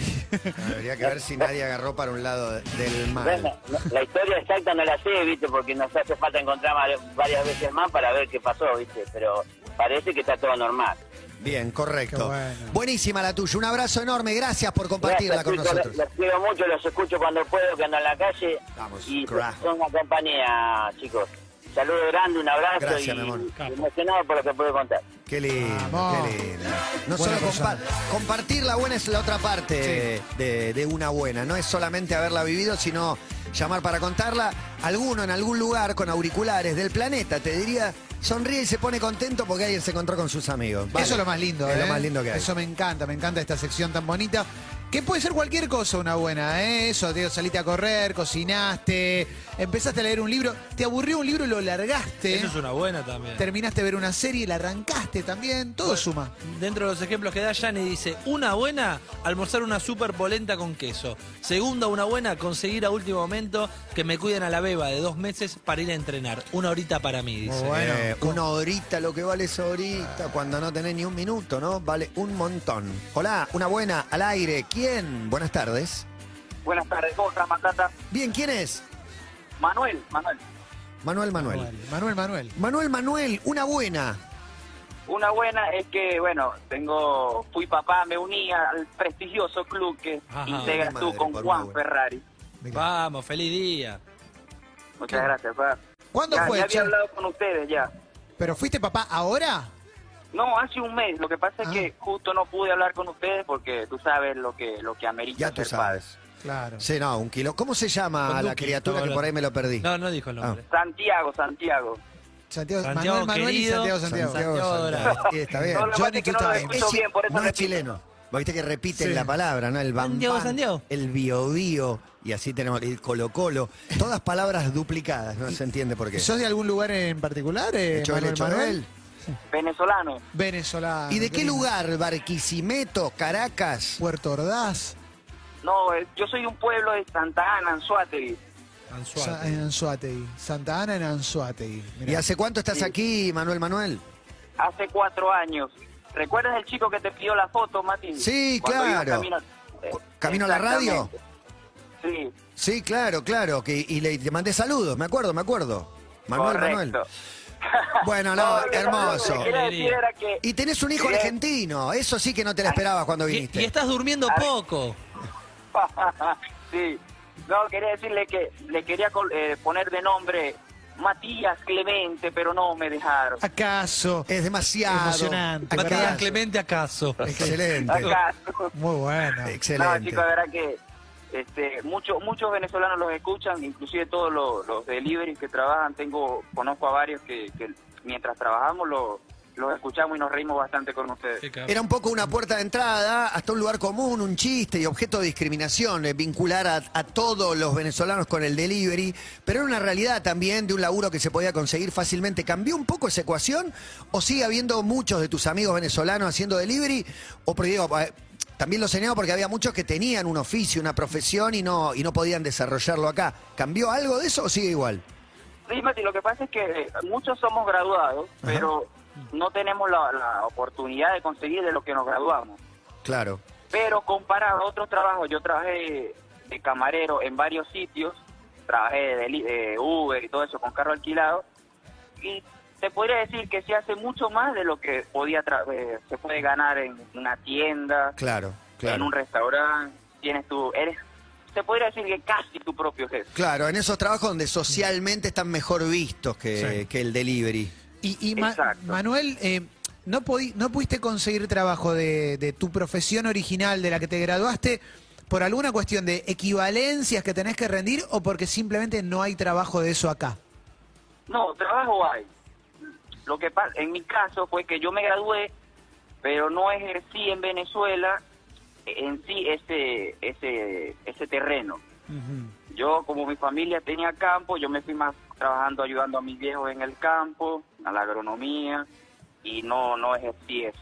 Habría que ver si nadie agarró para un lado de- del Bueno, mal. no, la historia exacta no la sé, viste, porque nos hace falta encontrar ma- varias veces más para ver qué pasó, viste, pero parece que está todo normal. Bien, correcto. Qué bueno. Buenísima la tuya. Un abrazo enorme. Gracias por compartirla Gracias, con chicos, nosotros. Los, los quiero mucho, los escucho cuando puedo, que ando en la calle. Vamos, y carajo. son una compañía, chicos. Saludo grande, un abrazo Gracias, mi amor. y emocionado por lo que puedo contar. Qué lindo, Vamos. qué lindo. No Buena solo compa- persona. compartir la buena es la otra parte de, de una buena. No es solamente haberla vivido, sino llamar para contarla. Alguno en algún lugar con auriculares del planeta te diría, sonríe y se pone contento porque alguien se encontró con sus amigos. Vale. Eso es lo más lindo, Es ¿eh? lo más lindo que hay. Eso me encanta, me encanta esta sección tan bonita. Que puede ser cualquier cosa una buena, ¿eh? Eso, te saliste a correr, cocinaste, empezaste a leer un libro, te aburrió un libro y lo largaste. Eso es una buena también. Terminaste de ver una serie, la arrancaste también, todo suma. Dentro de los ejemplos que da Yanni dice, una buena, almorzar una super polenta con queso. Segunda, una buena, conseguir a último momento que me cuiden a la beba de dos meses para ir a entrenar. Una horita para mí, dice. Bueno, eh, una horita, lo que vale esa horita, cuando no tenés ni un minuto, ¿no? Vale un montón. Hola, una buena, al aire. ¿Quién? Buenas tardes. Buenas tardes, ¿cómo estás, Matata? Bien, ¿quién es? Manuel, Manuel. Manuel Manuel. Manuel, Manuel. Manuel Manuel, una buena. Una buena es que, bueno, tengo, fui papá, me uní al prestigioso club que Ajá, integras qué tú madre, con por una Juan buena. Ferrari. Vamos, feliz día. Muchas gracias, papá. ¿Cuándo ya, fue, ya che? había hablado con ustedes ya. ¿Pero fuiste papá ahora? No, hace un mes. Lo que pasa es Ah. que justo no pude hablar con ustedes porque tú sabes lo que lo que amerita Ya tú ser padre. sabes. Claro. Sí, no, un kilo. ¿Cómo se Con llama la Duki, criatura que ahora. por ahí me lo perdí? Ah, No, no dijo el nombre. Santiago, Santiago. Santiago, Santiago Manuel, Manuel y querido. Santiago, Santiago. Santiago. Dorado. Sí, está bien. No, lo que pasa Johnny, es que tú no lo también. escucho chi- bien, por eso no es repito. chileno. Viste que repiten Sí. la palabra, ¿no? El Santiago, bambán, Santiago. el biobío, y así tenemos el colo-colo. Todas palabras duplicadas, no se entiende por qué. ¿Sos de algún lugar en particular, eh, Choel, Manuel, Choel. Manuel? Venezolano. Venezolano. ¿Y de qué lindo. lugar? ¿Barquisimeto? ¿Caracas? Puerto Ordaz, No, eh, yo soy de un pueblo de Santa Ana, Anzuategui. Anzuate. eh, Sa- en Anzuategui. Santa Ana en Anzuategui. Mirá. ¿Y hace cuánto estás aquí, Manuel Manuel? hace cuatro años. ¿Recuerdas el chico que te pidió la foto, Mati? Sí, Cuando iba claro. camino- eh, ¿Camino a la radio? exactamente. Sí, Sí, claro, claro. Que, y le te mandé saludos, me acuerdo, me acuerdo. Manuel correcto. [laughs] Manuel. Bueno, no, lo que- Lo hermoso. que quería decir era que Y tenés un hijo Sí. argentino, eso sí que no te lo esperabas cuando Y, [laughs] viniste. y estás durmiendo poco. sí. No, quería decirle que le quería col- eh, poner de nombre Matías Clemente, pero no me dejaron. ¿Acaso? Es demasiado. Emocionante, Acá- Matías Clemente, ¿acaso? Excelente. Acá. Muy bueno. No, Excelente. chicos, la verdad que este, muchos muchos venezolanos los escuchan, inclusive todos los, los deliveries que trabajan, tengo conozco a varios que, que mientras trabajamos lo- los escuchamos y nos reímos bastante con ustedes. Qué capo. Era un poco una puerta de entrada hasta un lugar común, un chiste y objeto de discriminación, eh, vincular a, a todos los venezolanos con el delivery, pero era una realidad también de un laburo que se podía conseguir fácilmente. ¿Cambió un poco esa ecuación o sigue habiendo muchos de tus amigos venezolanos haciendo delivery? O porque digo, eh, también lo señalo porque había muchos que tenían un oficio, una profesión y no, y no podían desarrollarlo acá. ¿Cambió algo de eso o sigue igual? Sí, Mati, lo que pasa es que eh, muchos somos graduados, pero no tenemos la, la oportunidad de conseguir de lo que nos graduamos. Claro. Pero comparado a otros trabajos, yo trabajé de camarero en varios sitios, trabajé de, deli- de Uber y todo eso con carro alquilado, y se podría decir que se hace mucho más de lo que podía tra- eh, se puede ganar en una tienda, Claro, en claro. un restaurante, tienes tu eres se podría decir que casi tu propio jefe. Claro, en esos trabajos donde socialmente están mejor vistos que, Sí. que el delivery. Y, y Ma- Exacto. Manuel, eh, no, podí- no pudiste conseguir trabajo de, de tu profesión original, de la que te graduaste, por alguna cuestión de equivalencias que tenés que rendir o porque simplemente no hay trabajo de eso acá. No, trabajo hay. Lo que pasa en mi caso fue que yo me gradué, pero no ejercí en Venezuela eh, en sí ese ese ese terreno. Yo, como mi familia tenía campo, yo me fui más trabajando, ayudando a mis viejos en el campo, a la agronomía, y no, no ejercí eso.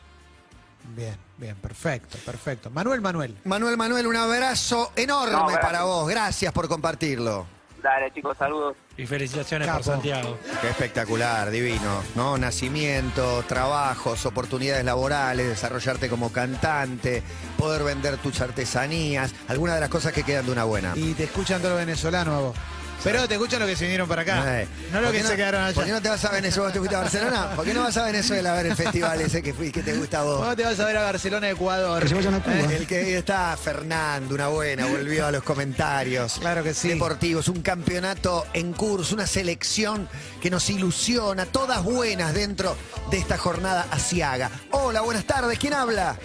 Bien, bien, perfecto, perfecto. Manuel, Manuel. Manuel Manuel, un abrazo enorme No, gracias. para vos. Gracias por compartirlo. Dale, chicos, saludos. Y felicitaciones por Capo. Santiago. Qué espectacular, divino, ¿no? Nacimiento, trabajos, oportunidades laborales, desarrollarte como cantante, poder vender tus artesanías, algunas de las cosas que quedan de una buena. Y te escuchan todos los venezolanos a vos. Pero te escuchan los que se vinieron para acá. Eh, No los ¿por que qué se quedaron allá. ¿Por qué no te vas a Venezuela? ¿Te fuiste a Barcelona? ¿Por qué no vas a Venezuela a [laughs] ver el festival ese que, fui- que te gusta a vos? ¿Cómo te vas a ver a Barcelona, Ecuador? Eh, Que Eh, El que ahí está Fernando, una buena, volvió a los comentarios. Claro que sí. Deportivos, un campeonato en curso, una selección que nos ilusiona, todas buenas dentro de esta jornada asiaga. Hola, buenas tardes, ¿quién habla?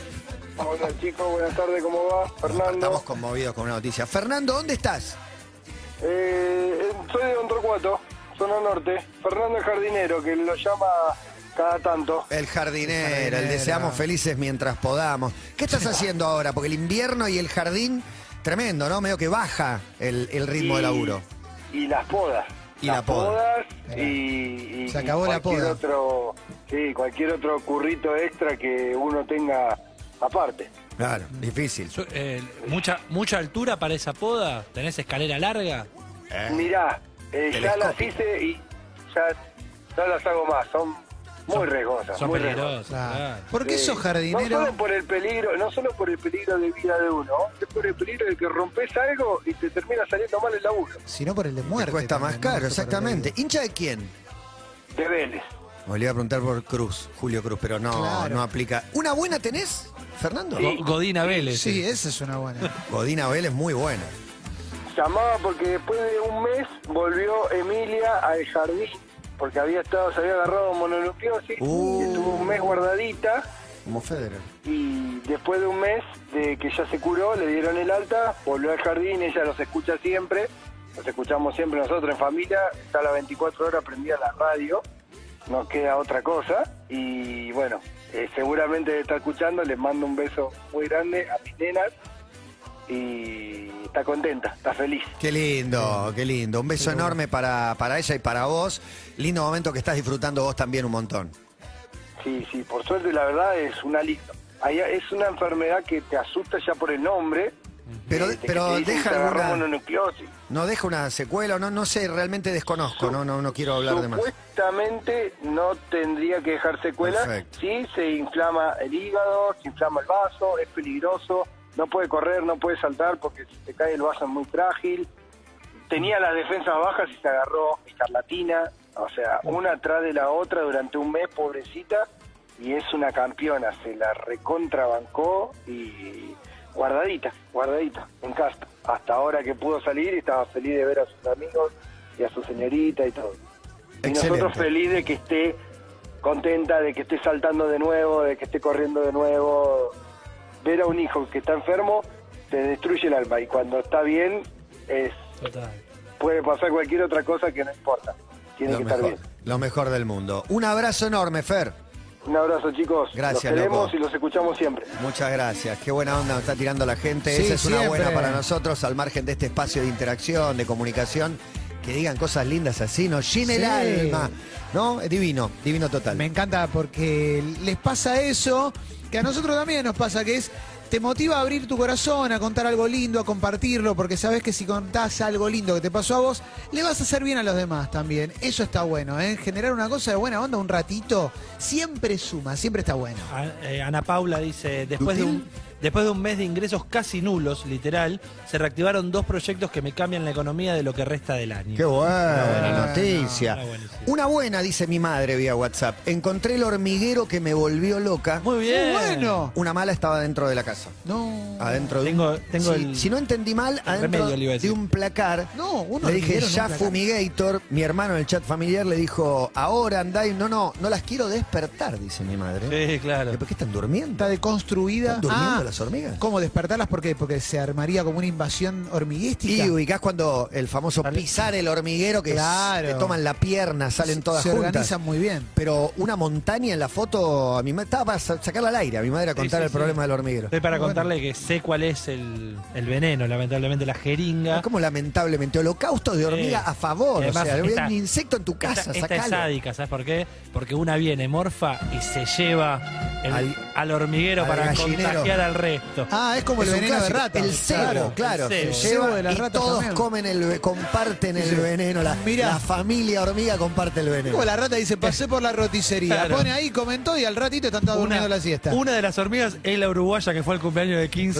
Hola chicos, buenas tardes, ¿cómo va? Estamos Fernando. conmovidos con una noticia. Fernando, ¿dónde estás? Eh, eh, soy de Don Torcuato, zona norte. Fernando el jardinero, que lo llama cada tanto. El jardinero, el, jardinero. deseamos felices mientras podamos. [laughs] ¿Qué estás haciendo ahora? Porque el invierno y el jardín, tremendo, ¿no? Medio que baja el, el ritmo Y- de laburo. Y las podas. Y la poda. Eh. podas y, Mirá. y- Se y acabó la cualquier poda. Otro, sí, cualquier otro currito extra que uno tenga aparte. Claro, difícil. Su- eh, mucha, mucha altura para esa poda. ¿Tenés escalera larga? Mirá, eh, ya las Telescopio. hice y ya, ya las hago más. Son muy riesgosas. Son muy riesgosas. peligrosas. Claro. claro. ¿Por qué Sí. sos No jardinero? solo por el peligro, no solo por el peligro de vida de uno, es por el peligro de que rompes algo y te termina saliendo mal el laburo. Sino por el de Te muerte. cuesta más también, ¿no? caro, Por el de exactamente. vida. ¿Hincha de quién? De Vélez. Me le iba a preguntar por Cruz, Julio Cruz, pero no, Claro. no aplica. ¿Una buena tenés, Fernando? Go- Godina Vélez. Sí, esa es una buena. Godina Vélez, muy buena. Llamaba porque después de un mes volvió Emilia al jardín, porque había estado, se había agarrado mononucleosis, Uh. y estuvo un mes guardadita, Como Federer. y después de un mes de que ya se curó, le dieron el alta, volvió al jardín, ella los escucha siempre, los escuchamos siempre nosotros en familia, está a las 24 horas prendida la radio, nos queda otra cosa, y bueno, eh, seguramente está escuchando, les mando un beso muy grande a mis nenas, y está contenta, está feliz. Qué lindo, qué lindo. Un beso enorme para, para ella y para vos. Lindo momento que estás disfrutando vos también un montón. Sí, sí, por suerte la verdad es una lista. Es una enfermedad que te asusta ya por el nombre. Pero, de que te pero dicen, "Te deja agarró alguna, mononucleosis". no deja una secuela, no, no sé, realmente desconozco, no, no, no quiero hablar de más. Supuestamente no tendría que dejar secuelas. Perfecto. Sí, se inflama el hígado, se inflama el vaso, es peligroso, no puede correr, no puede saltar porque se te cae el vaso es muy frágil. Tenía las defensas bajas y se agarró escarlatina, o sea, una atrás de la otra durante un mes, pobrecita, y es una campeona, se la recontrabancó y guardadita, guardadita, en casa. Hasta ahora que pudo salir, estaba feliz de ver a sus amigos y a su señorita y todo. Y nosotros Excelente. feliz de que esté contenta, de que esté saltando de nuevo, de que esté corriendo de nuevo. Ver a un hijo que está enfermo te destruye el alma y cuando está bien es, Total. puede pasar cualquier otra cosa que no importa. Tiene Lo que mejor, estar bien. lo mejor del mundo. Un abrazo enorme, Fer. Un abrazo chicos. Gracias, los queremos loco. y los escuchamos siempre. Muchas gracias. Qué buena onda nos está tirando la gente. Sí, Esa es una siempre. buena para nosotros, al margen de este espacio de interacción, de comunicación. Que digan cosas lindas así, nos llena el Sí. alma. ¿No? Es divino, divino total. Me encanta porque les pasa eso, que a nosotros también nos pasa, que es te motiva a abrir tu corazón, a contar algo lindo, a compartirlo, porque sabes que si contás algo lindo que te pasó a vos, le vas a hacer bien a los demás también. Eso está bueno, ¿eh? Generar una cosa de buena onda un ratito, siempre suma, siempre está bueno. A- eh, Ana Paula dice, después de un, Después de un mes de ingresos casi nulos, literal, se reactivaron dos proyectos que me cambian la economía de lo que resta del año. Qué buena, buena noticia. Una buenísima. Una buena, dice mi madre vía WhatsApp. Encontré el hormiguero que me volvió loca. Muy bien. bueno. Una mala estaba dentro de la casa. No. Adentro de Tengo- un- tengo si, el- si no entendí mal, adentro remedio, le iba a de decir. un placar. No, uno le dije, hormiguero, no ya placar". fumigator. Mi hermano en el chat familiar le dijo, ahora andáis. No, no, no las quiero despertar, dice mi madre. Sí, claro. ¿Por qué están durmiendo? Está deconstruida. ¿Están durmiendo las hormigas? Ah. ¿Cómo despertarlas? ¿Por qué? Porque se armaría como una invasión hormiguística. Y ubicás cuando el famoso Sale- pisar el hormiguero que Claro. te toman la pierna, salen todas se juntas. organizan muy bien. Pero una montaña en la foto, a mi madre estaba para sa- sacarla al aire, a mi madre a contar sí, el sí. problema del hormiguero. Estoy para Bueno. contarle que sé cuál es el, el veneno, lamentablemente, la Es jeringa. como lamentablemente, holocaustos de hormiga Sí. a favor. Y además o sea, esta- un insecto en tu casa, esta, esta es sacalo. sádica, ¿sabes por qué? Porque una viene morfa y se lleva el- al, Al- hormiguero al para gallinero. contagiar al resto. Ah, es como Es el un veneno de clásico, rata. El cebo, Claro, claro. el se cebo. El lleva cebo de las y ratas todos también. comen el ve- comparten el veneno. La, Mirá. la familia hormiga comparte el veneno. Como la rata dice, pasé por la roticería. Claro. Pone ahí, comentó y al ratito están todos durmiendo la siesta. una de las hormigas es la uruguaya que fue al cumpleaños de 15.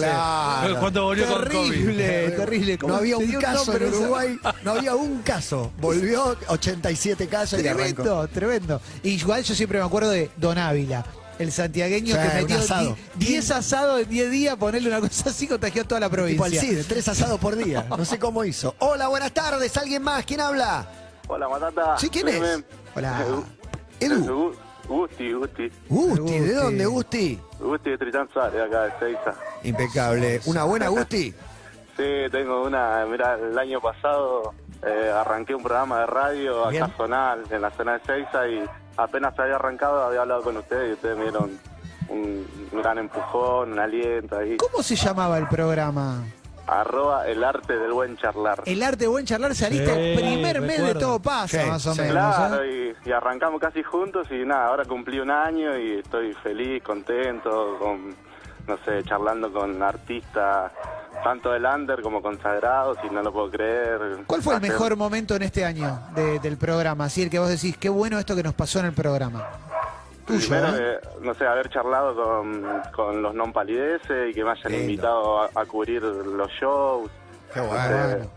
[laughs] Claro. Cuando volvió con COVID. terrible, terrible. No Como había un tenía caso en nombre, Uruguay, no había un caso. Volvió 87 casos y arrancó. Tremendo, tremendo. Y igual yo siempre me acuerdo de Don Ávila, el santiagueño Sí, que un metió asado. 10 asados en 10 días, ponerle una cosa así, contagió a toda la Tipo al provincia. CID, tres asados por día. No sé cómo hizo. Hola, buenas tardes. ¿Alguien más? ¿Quién habla? Hola, Matata. Eh, Sí, ¿quién es? Hola. Edu. Gusti, Gusti. Gusti, Gusti. ¿de dónde, Gusti? Gusti de Tritán Suárez, acá de Seiza. Impecable. ¿Una buena, Gusti? Sí, tengo una. Mira, el año pasado eh, arranqué un programa de radio Bien. acá zonal, en la zona de Seiza, y apenas había arrancado, había hablado con ustedes y ustedes me dieron un gran empujón, un aliento ahí. ¿Cómo se llamaba el programa? Arroba el arte del buen charlar. El arte buen charlar saliste Sí, el primer mes de recuerdo. todo pasa, Sí, más o sí. menos. Claro, ¿eh? y, y arrancamos casi juntos y nada, ahora cumplí un año y estoy feliz, contento, con, no sé, charlando con artistas, tanto del under como consagrados y no lo puedo creer. ¿Cuál fue el Hacer- mejor momento en este año de- del programa? Así el que vos decís, qué bueno esto que nos pasó en el programa. Tuyo, Primero, ¿eh? eh, no sé, haber charlado con, con los non palideces y que me hayan Lindo. invitado a, a cubrir los shows. Qué no bueno. sé,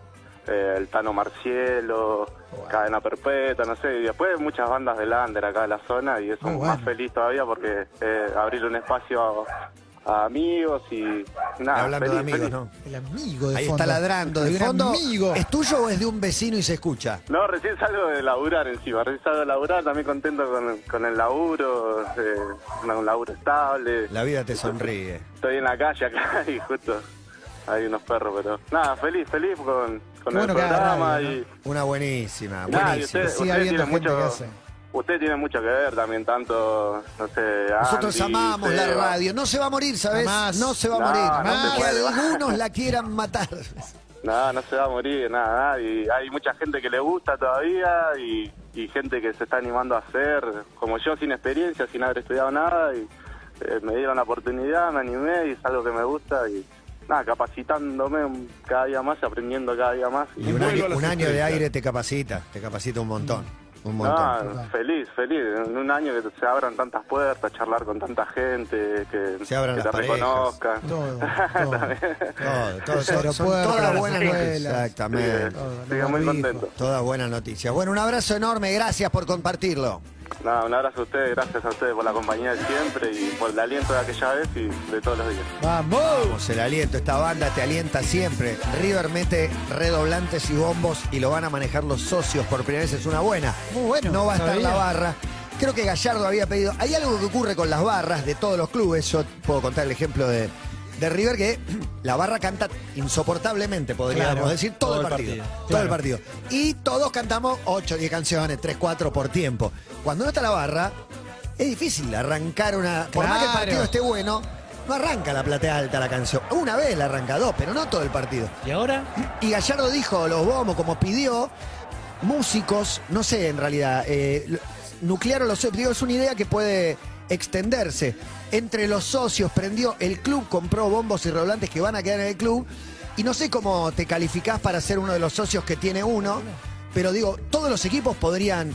eh, el Tano Marcielo, Cadena Perpetua, no sé. Y después muchas bandas del under acá de la zona y eso Muy más bueno. feliz todavía porque eh, abrir un espacio a, a amigos y nada. Hablando de feliz, amigos, feliz. ¿no? El amigo de Ahí fondo. está ladrando Hay de un fondo. amigo. ¿Es tuyo o es de un vecino y se escucha? No, recién salgo de laburar encima, recién salgo de laburar, también contento con, con el laburo, eh, un laburo estable. La vida te sonríe. Estoy en la calle acá [laughs] y justo hay unos perros, pero nada, feliz, feliz con, con Qué bueno el que haga programa radio, y Una buenísima, nada, y buenísima. ustedes, ustedes siga habiendo tienen gente que mucho, hace. ustedes tienen mucho que ver también, tanto, no sé, Nosotros Andy, amamos la Seba. radio. No se va a morir, ¿sabes? Jamás. No se va a No, morir. no Más se que puede. algunos la quieran matar. No, no se va a morir, nada, nada, y hay mucha gente que le gusta todavía y, y gente que se está animando a hacer, como yo sin experiencia, sin haber estudiado nada, y eh, me dieron la oportunidad, me animé y es algo que me gusta y nada, capacitándome cada día más, aprendiendo cada día más. Y un, año, un año de aire te capacita, te capacita un montón. Un montón. No, Ah, feliz, feliz. En un año que se abran tantas puertas, charlar con tanta gente, que, Se abran que las te parejas. reconozcan. [laughs] Todo, todo. Todo, todo, son- Aeropuerto, son todas las buenas noticias. escuelas. Sí, Exactamente. Todo, estoy los muy barbijos. contento. Todas buenas noticias. Bueno, un abrazo enorme, gracias por compartirlo. Nada, un abrazo a ustedes, gracias a ustedes por la compañía de siempre y por el aliento de aquella vez y de todos los días. ¡Vamos! Vamos, el aliento, esta banda te alienta siempre. River mete redoblantes y bombos y lo van a manejar los socios por primera vez, es una buena. Muy bueno, No va a no estar la sabía. barra. Creo que Gallardo había pedido. Hay algo que ocurre con las barras de todos los clubes. Yo puedo contar el ejemplo de, de River, que [clears throat] la barra canta insoportablemente, podríamos Claro, decir, todo, el partido. Todo el partido. Y todos cantamos 8, 10 canciones, 3, 4 por tiempo. Cuando no está la barra, es difícil arrancar una. Por más que el Claro. partido esté bueno, no arranca la platea alta la canción. Una vez la arranca, dos, pero no todo el partido. ¿Y ahora? Y Gallardo dijo, los bombos, como pidió, músicos, no sé en realidad, eh, lo- nuclearon los socios, digo, es una idea que puede extenderse. Entre los socios prendió, el club compró bombos y redoblantes que van a quedar en el club. Y no sé cómo te calificás para ser uno de los socios que tiene uno, pero digo, todos los equipos podrían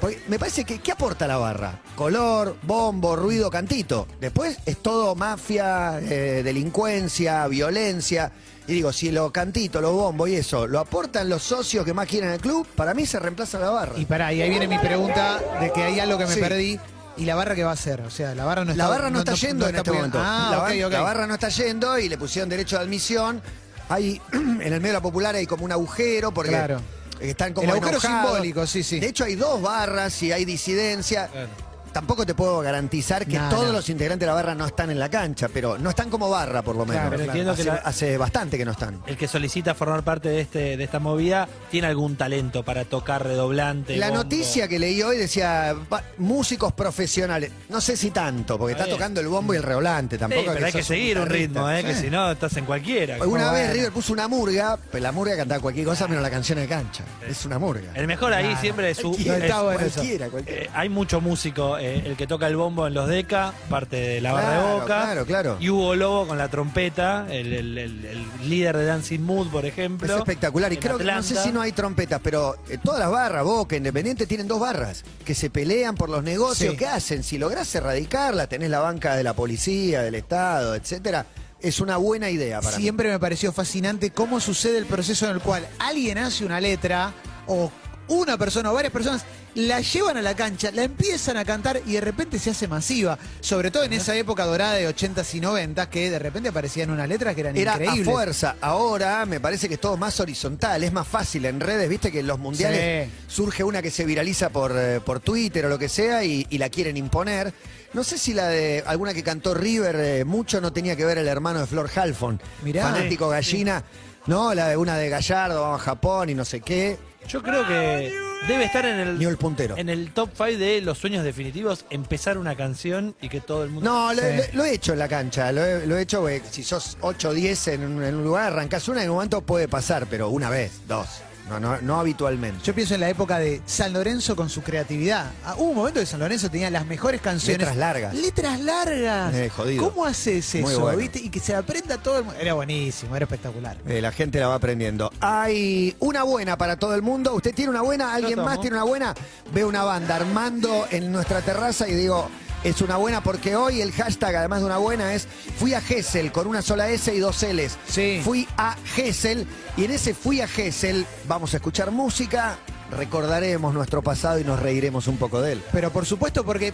Porque me parece que, ¿qué aporta la barra? Color, bombo, ruido, cantito. Después es todo mafia, eh, delincuencia, violencia. Y digo, si los cantitos, los bombos y eso, lo aportan los socios que más quieren al club, para mí se reemplaza la barra. Y pará, y ahí viene mi pregunta de que hay algo que me Sí. perdí. ¿Y la barra qué va a hacer? O sea, la barra no está... la barra no, está yendo no en está este pudiendo- momento. la, Ah, bar- ok, ok. la barra no está yendo y le pusieron derecho de admisión. Hay, [clears throat] en el medio de la popular hay como un agujero porque Claro. están como El agujero enojados. simbólico, sí, sí. De hecho, hay dos barras y hay disidencia. Claro. Tampoco te puedo garantizar que No, todos no. los integrantes de la barra no están en la cancha, pero no están como barra, por lo menos. Claro, Pero entiendo hace, que la- hace bastante que no están. El que solicita formar parte de este de esta movida tiene algún talento para tocar redoblante. La bombo? noticia que leí hoy decía va- músicos profesionales. No sé si tanto, porque Está está, bien. tocando el bombo y el revolante. Sí, Tampoco pero hay que sos un seguir un ritmo, guitarrista. eh, que Sí. si no estás en cualquiera. Alguna Bueno. vez River puso una murga, pero la murga cantaba cualquier cosa menos la canción de cancha. Es una murga. El mejor ahí Claro. siempre es su. Cualquiera, es- está bueno eso. cualquiera, cualquiera. eh, hay mucho músico, eh, el que toca el bombo en los Deca, parte de la barra de Claro, boca. claro, claro. Y Hugo Lobo con la trompeta, el, el- el- el líder de Dancing Mood, por ejemplo. es espectacular. Y en creo que no sé Atlanta. si no hay trompetas, pero eh, todas las barras, Boca, Independiente, tienen dos barras que se pelean por los negocios. Sí. ¿Qué hacen? Si lográs erradicarla, tenés la banca de la policía, del Estado, etcétera. Es una buena idea para mí. Siempre me pareció fascinante cómo sucede el proceso en el cual alguien hace una letra o una persona o varias personas la llevan a la cancha, la empiezan a cantar y de repente se hace masiva. Sobre todo en esa época dorada de 80s y 90s que de repente aparecían unas letras que eran Era increíbles. a fuerza. Ahora me parece que es todo más horizontal, es más fácil en redes. Viste que en los mundiales Sí. surge una que se viraliza por, eh, por Twitter o lo que sea y, y la quieren imponer. No sé si la de alguna que cantó River eh, mucho no tenía que ver el hermano de Flor Halfon, Mirá. fanático gallina. No, la de una de Gallardo, vamos a Japón y no sé qué. Yo creo que debe estar en el, Ni el puntero. en el top 5 de los sueños definitivos, empezar una canción y que todo el mundo. No, lo, lo- lo he hecho en la cancha, lo he, lo he hecho, güey, si sos 8 o 10 en, un- en un lugar, arrancás una y en un momento puede pasar, pero una vez, dos, no, no, no habitualmente. Yo pienso en la época de San Lorenzo con su creatividad. Ah, hubo un momento que San Lorenzo tenía las mejores canciones. Letras largas. Letras largas. Eh, jodido. ¿Cómo haces Muy eso? bueno. viste? Y que se aprenda todo el mundo. Era buenísimo, era espectacular. Eh, la gente la va aprendiendo. Hay una buena para todo el mundo. ¿Usted tiene una buena? ¿Alguien tomo. más tiene una buena? Veo una banda armando en nuestra terraza y digo, es una buena porque hoy el hashtag, además de una buena, es fui a Gessel con una sola S y dos Ls. Sí. Fui a Gessel y en ese fui a Gessel vamos a escuchar música, recordaremos nuestro pasado y nos reiremos un poco de él. Pero por supuesto porque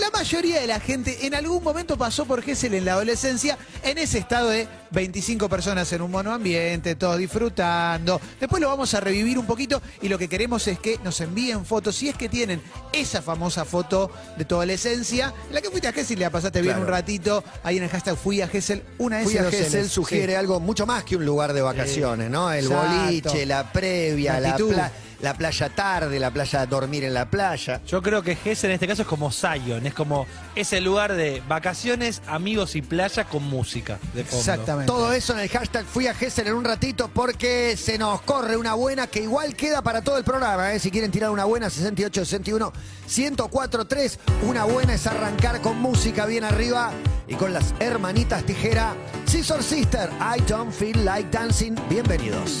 la mayoría de la gente en algún momento pasó por Gessel en la adolescencia en ese estado de 25 personas en un monoambiente, todos disfrutando. Después lo vamos a revivir un poquito y lo que queremos es que nos envíen fotos, si es que tienen esa famosa foto de tu adolescencia, en la que fuiste a Gessel y la pasaste bien Claro. un ratito, ahí en el hashtag fui a Gessel, una Fui S, a dos Ls. Gessel Sí. Eh, sugiere algo mucho más que un lugar de vacaciones, ¿no? El Exacto. boliche, la previa, La la, actitud. pla- la playa tarde, la playa dormir en la playa. Yo creo que Gessel en este caso es como Zion, es como ese lugar de vacaciones, amigos y playa con música de fondo. Exactamente. Todo eso en el hashtag fui a Gessel en un ratito porque se nos corre una buena que igual queda para todo el programa. ¿eh? Si quieren tirar una buena, 68, 61, 104, 3. Una buena es arrancar con música bien arriba y con las hermanitas tijera. Scissor Sister, I don't feel like dancing. Bienvenidos.